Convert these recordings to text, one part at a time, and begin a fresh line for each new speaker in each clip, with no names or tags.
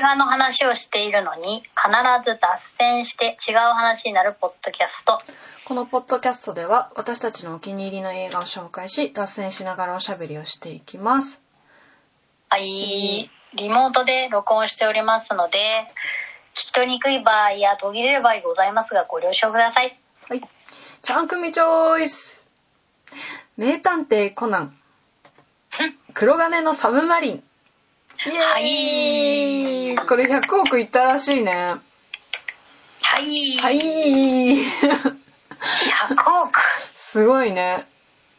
画の話をしているのに必ず脱線して違う話になるポッドキャスト
このポッドキャストでは私たちのお気に入りの映画を紹介し脱線しながらおしゃべりをしていきます
はい、リモートで録音しておりますので聞き取りにくい場合や途切れる場合ございますがご了承ください
はいちゃんくみチョイス名探偵コナン黒金のサブマリンイエーイ、
はい
これ100億いったらしいね
はい、
はい
100億
すごいね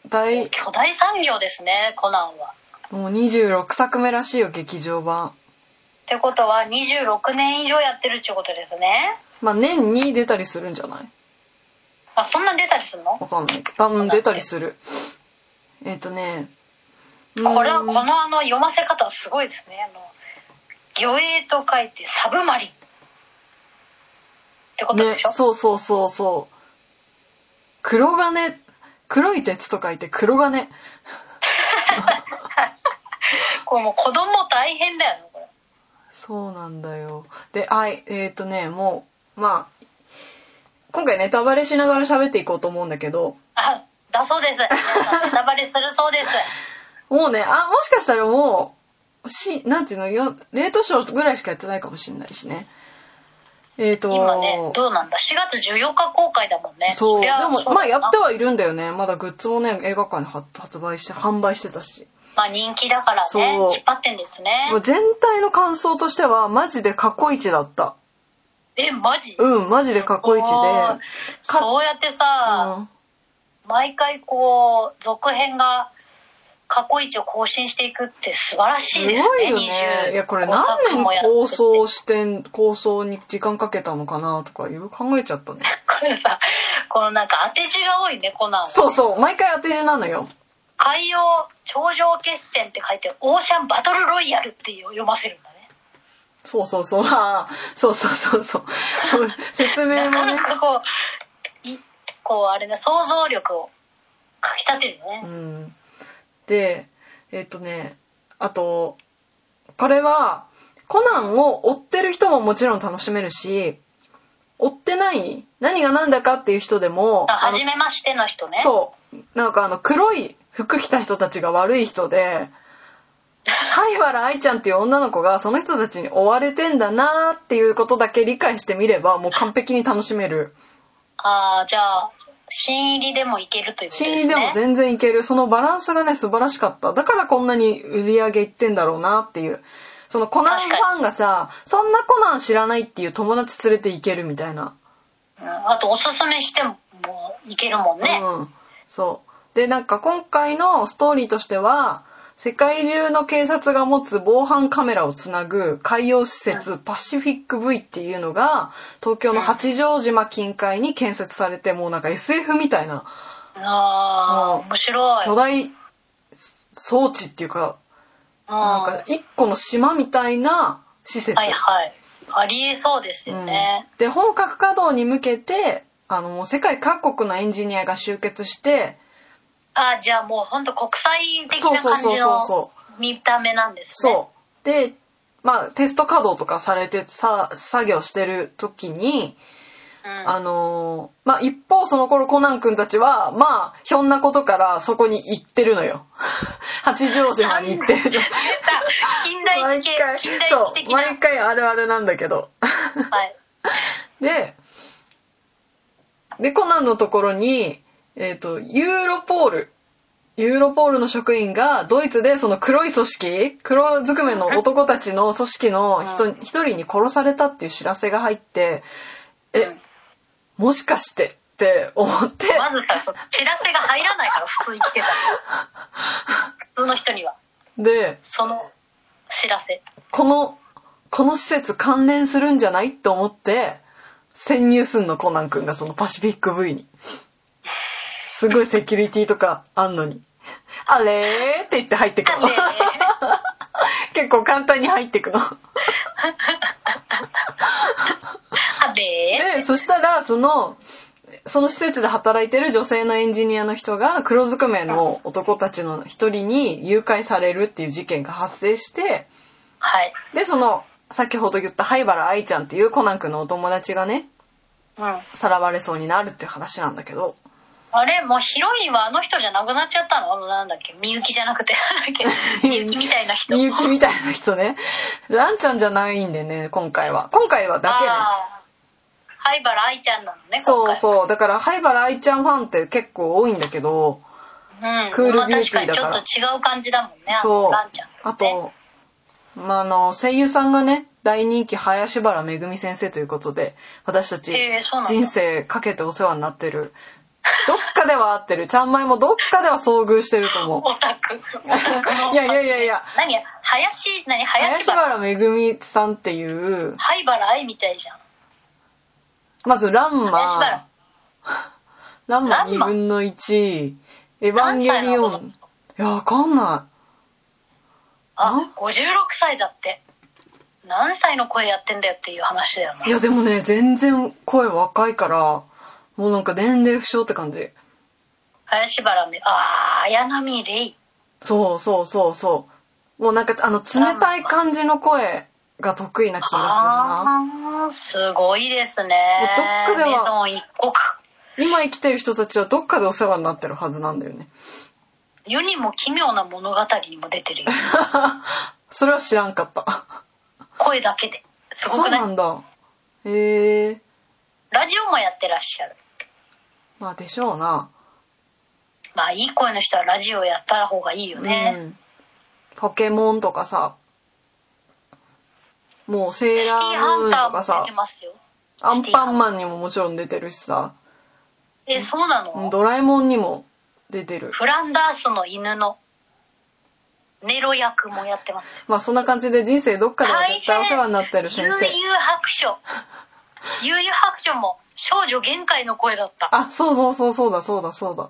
大
巨大産業ですねコナンは
もう26作目らしいよ劇場版
ってことは26年以上やってるってことですね
まあ年に出たりするんじゃない
あそんなん出たりするの
わかんないけど多分出たりするえっ、とね
これはこ
うーん
のあの読ませ方すごいですね。あの魚影と書いてサブマリンってことで
ね
しょ。
そうそうそうそう黒金黒い鉄と書いて黒金
これもう子供大変だよねこれ。
そうなんだよであいえっ、とねもうまあ今回ネタバレしながら喋っていこうと思うんだけど
あだそう です。ネタバレするそうです。
もうねあもしかしたらもうしなんていうのよ冷凍ショーぐらいしかやってないかもしれないしねえっ、と
今ねどうなんだ。4月14日公開だもんね。
そう。で
りゃ
も、
そう
まあ
だよ
や
な
ってはいるんだよね。まだグッズもね、映画館に発発売して、販売してたし。
まあ人気だから
そう
ね。引っ張ってんですね
もう。全体の感想としては、マジで過去一だった。
えマジ。
うん、マジで過去一で。
おー
か
そうやってさ、
うん
毎回こう続編が過去一を更新していくって素晴らしい
す
ですね
ごいよね。いや、これ何年構想してん、構想に時間かけたのかなとか、いろいろ考えちゃ ったね。
これさ このなんか当て字が多いねコナンは
そうそう、毎回当て字なのよ。
海洋頂上決戦って書いてオーシャンバトルロイヤルって読ませるんだね
そうそうそう。あーそうそうそうそう。 そう説明
な
も
か
ね
な。かこういこうあれね想像力をかきたてるよね、
うん、でえっ、とねあとこれはコナンを追ってる人ももちろん楽しめるし追ってない何が何だかっていう人でも
あ
あの
初めましての人ね
そうなんかあの黒い服着た人たちが悪い 人で灰原愛ちゃんっていう女の子がその人たちに追われてんだなーっていうことだけ理解してみればもう完璧に楽しめる
あーじゃあ新入りでもいけるということですね
新入りでも全然いけるそのバランスがね素晴らしかっただからこんなに売り上げいってんだろうなっていうそのコナンフ
確か
ァンがさそんなコナン知らないっていう友達連れていけるみたいな、
うんあとおすすめしてもいけるもんね、
うんそうでなんか今回のストーリーとしては世界中の警察が持つ防犯カメラをつなぐ海洋施設パシフィック V っていうのが東京の八丈島近海に建設されてもうなんか SF みたいな
ああ、
うん
面白い。
巨大装置っていうかなんか
う
一個の島みたいな施設、
んはいはい。ありえそうですよね。
うんで本格稼働に向けてあのもう世界各国のエンジニアが集結して
あじゃあもう本当国際的
そう
な
そう
感
そう
じ
そう
の
そう
見た目なんですね。
そうでまあテスト稼働とかされてさ作業してる時に、
うん。
あのーまあ一方その頃コナン君たちはまあひょんなことからそこに行ってるのよ 八丈島に行ってるの
近代
毎
地系、
回
近代
そ
地的
う
な。
毎回あるあるなんだけど
はい。
ででコナンのところに、えー、とユーロポールユーロポールの職員がドイツでその黒い組織黒ずくめの男たちの組織の人
うん
一人に殺されたっていう知らせが入って
う
え
ん
もしかしてって思って
まずさ、そう知らせが入らないから、普通生 きてたら普通の人には。
で
その知らせ。
このこの施設関連するんじゃないって思って潜入すんのコナン君がそのパシフィック V にすごいセキュリティとかあんのに「あれ?」って言って入ってくの
ね
結構簡単に入ってくの
あで
でそしたらそのその施設で働いてる女性のエンジニアの人が黒ずくめの男たちの一人に誘拐されるっていう事件が発生して
はい。
でその先ほど言った灰原愛ちゃんっていうコナン君のお友達がね
うん。
さらわれそうになるっていう話なんだけど
あれもうヒロインはあの人じゃなくなっちゃったのあの、なんだっけみゆきじゃなくて、なんだっけみゆきみたいな 人。
みゆきみたいな人ねランちゃんじゃないんでね今回は今回はだけね
ああ。灰原愛ちゃんなのね、
そう
う。
そうだから灰原愛ちゃんファンって結構多いんだけど
うん。
クールビューティーだから
まあ確かにちょっと違う感じだもんね、あの
そう
ランちゃん、ね。
あと、まあ、あの声優さんがね大人気林原めぐみ先生ということで私たち
へえそうなんだ
人生かけてお世話になってるどっかでは会ってるちゃんまいもどっかでは遭遇してると思う
オタク。オタクの。
いやいやいやいや
何林、何 林
林
原。
原めぐみさんっていう
灰原愛みたいじゃん。
まずラン
林
マ
原
ランマ
ラン
2
マ
分の1エヴァンゲリオン
何
いやわかんな
あ、56歳だって。何歳の声やってんだよっていう話だよ
いい
ね。
やでもね全然声若いからもうなんか年齢不詳って感じ
林原め、あー、綾波レイ。
そうそうそうそうもうなんかあの冷たい感じの声が得意な気がする
あ
な
ーすごいですね。
もうどっかでは
メゾン一国。
今生きてる人たちはどっかでお世話になってるはずなんだよね
世にも奇妙な物語にも出て るよ。
それは知らんかった
声だけで。すご
そう
くな
ないんだへえ
ラジオもやってらっしゃる。
まあでしょうな、
まあ、いい声の人はラジオやった方がいいよね。
うんポケモンとかさもうセー
シティ
ラー
ハ
ムー
ン
ンと
タ
か
ーも
さ
出てますよ。
アンパンマンにももちろん出てるしさ
え、そうなの
ドラえもんにも出てる
フランダースの犬のネロ役もやってます。
まあそんな感じで人生どっかでは絶対お世話になってる先生
悠々白 書。悠々白書も少女限界の声だった。
あそうそうそうそうだそうだそうだ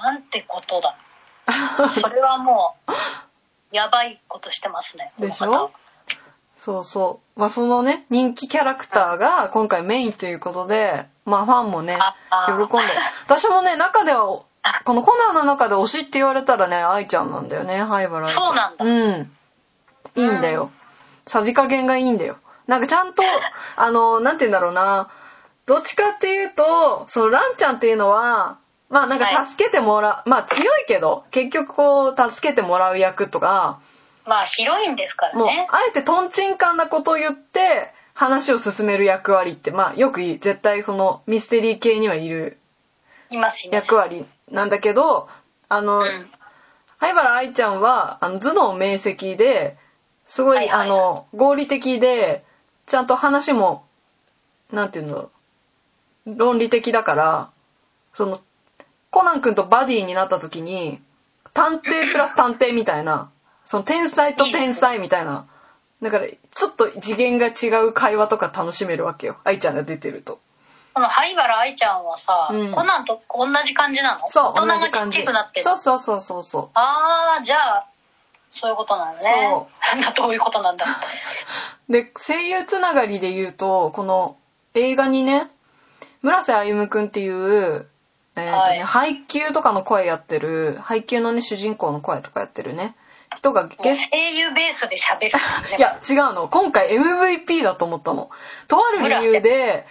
なんてこと だ。それはもう、やばいことしてますね。
でし
この方は
ょそうそうまあそのね人気キャラクターが今回メインということでまあファンもね
ああ
喜んで私もね中ではこのコナンの中で推しって言われたらね愛ちゃんなんだよね灰原愛ちゃん
そうなんだ
うんいいんだよ、さじ加減がいいんだよなんかちゃんと あのなんて言うんだろうなどっちかっていうとそのランちゃんっていうのはまあなん
は
か
い
助けてもらう、まあ強いけど結局こう助けてもらう役とか
まあ、ヒロインですから
もう、
ね。
あえてトンチンカンなことを言って、話を進める役割って、まあ、よくい絶対このミステリー系にはいる
いますいます。
役割なんだけど、あの、
うん。
灰原愛ちゃんは、あの、頭脳明晰で、すごい、
はいはいはい
あの、合理的で、ちゃんと話も、なんていうの、論理的だから、その、コナン君とバディになった時に、探偵プラス探偵みたいな、その天才と天才みたいな、だから、ちょっと次元が違う会話とか楽しめるわけよ。愛ちゃんが出てると。
この灰原愛ちゃんはさ、
うん
コナンと同じ感じなの
そう、同
大人
じ
がち
感
っ
じ
ちゃくなって。る
そうそうそうそうそう。
ああ、じゃあ、そういうことなのね。
そ
なんだ、どういうことなんだ。
で声優つながりで言うとこの映画にね村瀬歩夢君っていう、えーとね配給とかの声やってる配給のね主人公の声とかやってるね人が ゲス
声優ベースで喋る、
いや違うの今回 MVP だと思ったのとある理由で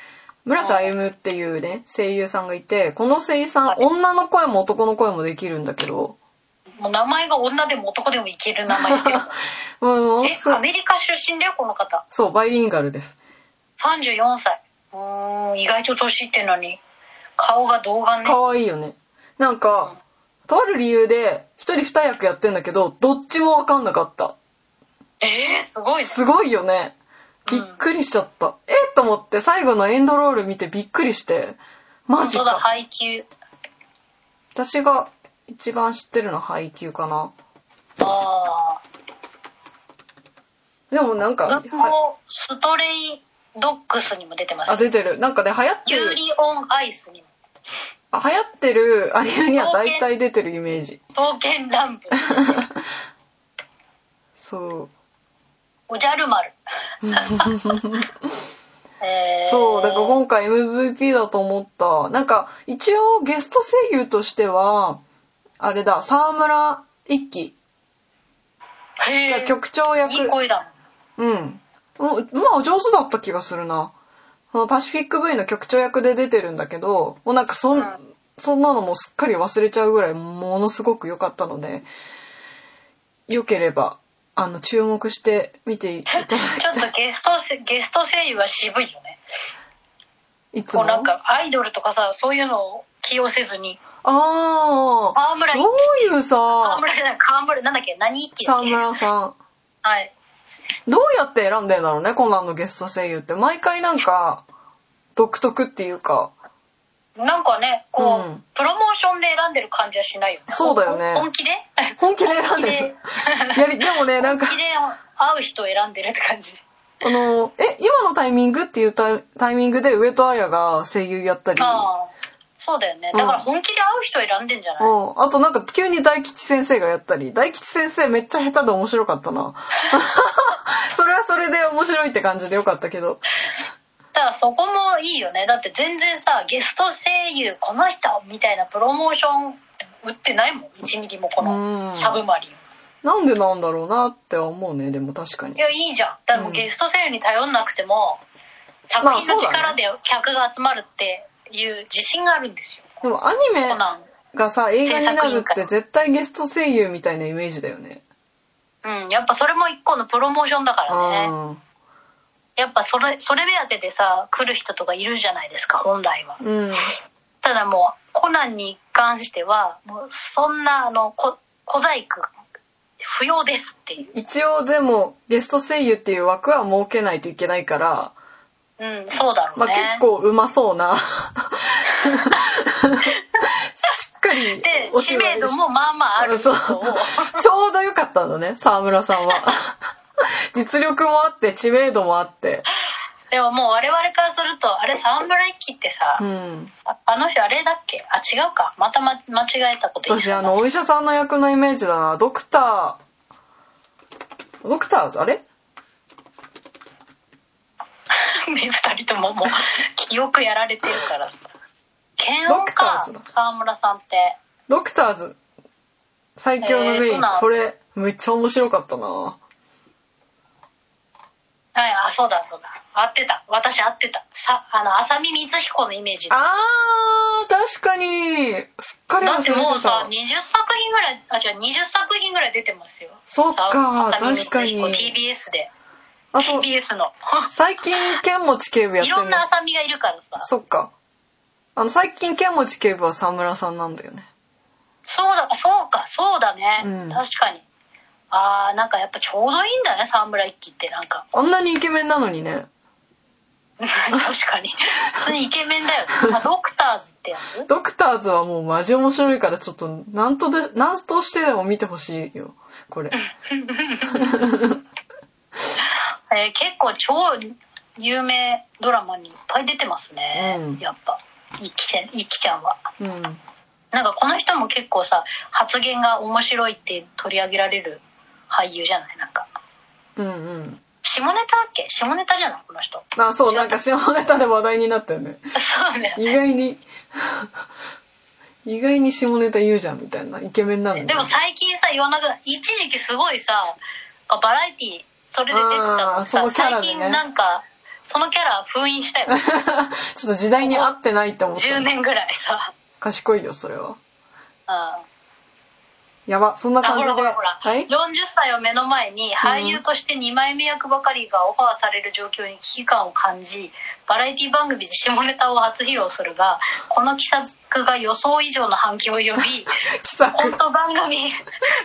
村瀬歩夢っていうね声優さんがいてこの声優さん、
はい
女の声も男の声もできるんだけど
もう名前が女でも男でもいける名前 してる
うんす
えアメリカ出身だよこの方
そうバイリンガルです
34歳うーん意外と年いってんのに顔が童顔ね
可愛いよねなんか、とある理由で一人二役やってんだけどどっちも分かんなかった
えー、すごいね
すごいよねびっくりしちゃった、えっと思って最後のエンドロール見てびっくりしてマ
本
ジ
当だ
か
配給
私が一番知ってるのは配給かな
ああ
でもなんか、
僕
は
もストレイドッグスにも出てます
あ出てるなんかね流行って
ユー
る
リオンアイスにも
あ流行ってるアニメには大体出てるイメージ
刀剣乱舞
そう
おじゃる丸えー、
そう、だから今回 MVP だと思った。なんか、一応ゲスト声優としては、あれだ、沢村一樹
へ
が
ー
局長役、
いい声だもん
うん。うんまあ上手だった気がするな。そのパシフィック V の局長役で出てるんだけど、もうなんかそ,、
うん
ん、そんなのもうすっかり忘れちゃうぐらいものすごく良かったので、良ければ、あの、注目して見ていただ き
ちょっと
たい。
ゲストせゲスト声優は渋いよね
いつ
こ
も。
うなんかアイドルとかさそういうのを起用せずに
ああ。
河村
どういう
河
さ、
村じゃない河村なんだっけ何一輝だっ
沢
け
村さん。
はい
どうやって選んでんだろうね、コナンのゲスト声優って。毎回なんか、独特っていうか、
なんかねこう、
うん
プロモーションで選んでる感じはしないよね
そうだよね
ほん本気で
本気で選んでる。やり、でもね、なんか
本、気で会う人を選んでるって感じ
あの、え、今のタイミングっていうタイタイミングで上戸彩が声優やったり、
ああそうだよね
うん
だから本気で会う人を選んでんじゃない、
うん。あとなんか急に大吉先生がやったり、大吉先生めっちゃ下手で面白かったな。 それはそれで面白いって感じでよかったけど。
だからそこもいいよねだって全然さゲスト声優この人みたいなプロモーション売ってないもん1ミリもこ
うん
のサブマリン
なんでなんだろうなって思うね、でも確かに
い。やいいじゃんだからもうゲスト声優に頼んなくても、作
まあ
品の
そうだ
力で客が集まるっていう自信があるんですよ
でもアニメ
コナン
がさ、映画になるっ
制作委
て
員会
絶対ゲスト声優みたいなイメージだよね。
うんやっぱそれも一個のプロモーションだからね
あ
やっぱそれそれ目当てでさ来る人とかいるじゃないですか本来は
ーうん。
ただもうコナンに関してはもうそんなあのこ小細工不要ですっていう
一応でもゲスト声優っていう枠は設けないといけないから、
うんそうだろ
ま
う
あ、
ね
結、構うまそうなしっか り
で
お
知
芝
名
居で
度
し
もまあまあある
そ
人
う
を
ちょうどよかったのね沢村さ んは実力もあって知名度もあって
でももう我々からするとあれ沢村一樹ってさ、
うん
ああの人あれだっけあ違うかまた、ま、間違えたこと言って
私
た
あのお医者さんの役のイメージだなドクタードクターズあれ
ね二人とももう記憶やられてるからさ検温
ドクター
か
ズだ
沢村さんって
ドクターズ最強のメ
えー
イ
そう
ン、
なん
これめっちゃ面白かったな
はいあそうだそうだ合ってた私合ってたさあの浅見光彦のイメージだ
あー確かにすっかり忘れ
っててもう
た
さ20作品ぐらいあじゃあ20作品ぐらい出てますよ
そっか
さ浅見
確かに
光彦 TBS で
あと
TBS の
最近剣持警部やっ
い
てる
ろ
ん
ん
で
な
す
浅見がいるからさ
そっかあの最近剣持警部は沢村さんなんだよね
そうだそうかそうだね、
うん
確かにああなんかやっぱちょうどいいんだね沢村一樹ってなんか
あんなにイケメンなのにね
確かに普通にイケメン だよ、ね、あドクターズってやつ
ドクターズはもうマジ面白いからちょっとなんとでなんとしてでも見てほしいよこれ
えー結構超有名ドラマにいっぱい出てますね、
うん
やっぱいきちゃんいきちゃんは
うん
なんかこの人も結構さ発言が面白いって取り上げられる俳優じゃないなんか
うんうん
下ネタだっけ下ネタじゃないこの人
あそ うなんか下ネタで話題になったよね
そうだよね
意外に意外に下ネタ言うじゃんみたいなイケメンなのに
でも最近さ言わなくない一時期すごいさバラエティそれで出てたの
あー
に
そ
さ、
のキャ
最
ラでね
近なんかそのキャラ封印したよ
ちょっと時代に合ってないって思った
10年ぐらいさ
賢いよそれは
うん
やばそんな
あ
感
ほ
じ
ら
で
ほらほら、
は
40
い
歳を目の前に俳優として2枚目役ばかりがオファーされる状況に危機感を感じバラエティ番組で下ネタを初披露するがこの企画が予想以上の反響を呼 び
気さ
コン
く
ト番組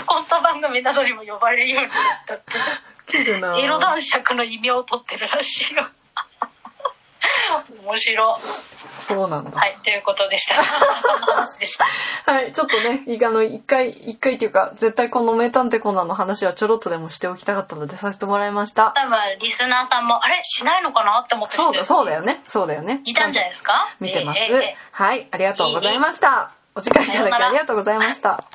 コント番組などにも呼ばれるようになったって
切るな
エロ男爵の異名を取ってるらしい よ面白
そうなんだ
は
はい、
いということ でしたそんな話でした
ちょっとねいあの一回一回っていうか絶対この名探偵コナンの話はちょろっとでもしておきたかったのでさせてもらいました
多分リスナーさんもあれしないのかなって思ってる
そうだそうだよねそうだよね
いたんじゃないですか
見てます
ええええ
はいありがとうございましたお時間いただきありがとうございました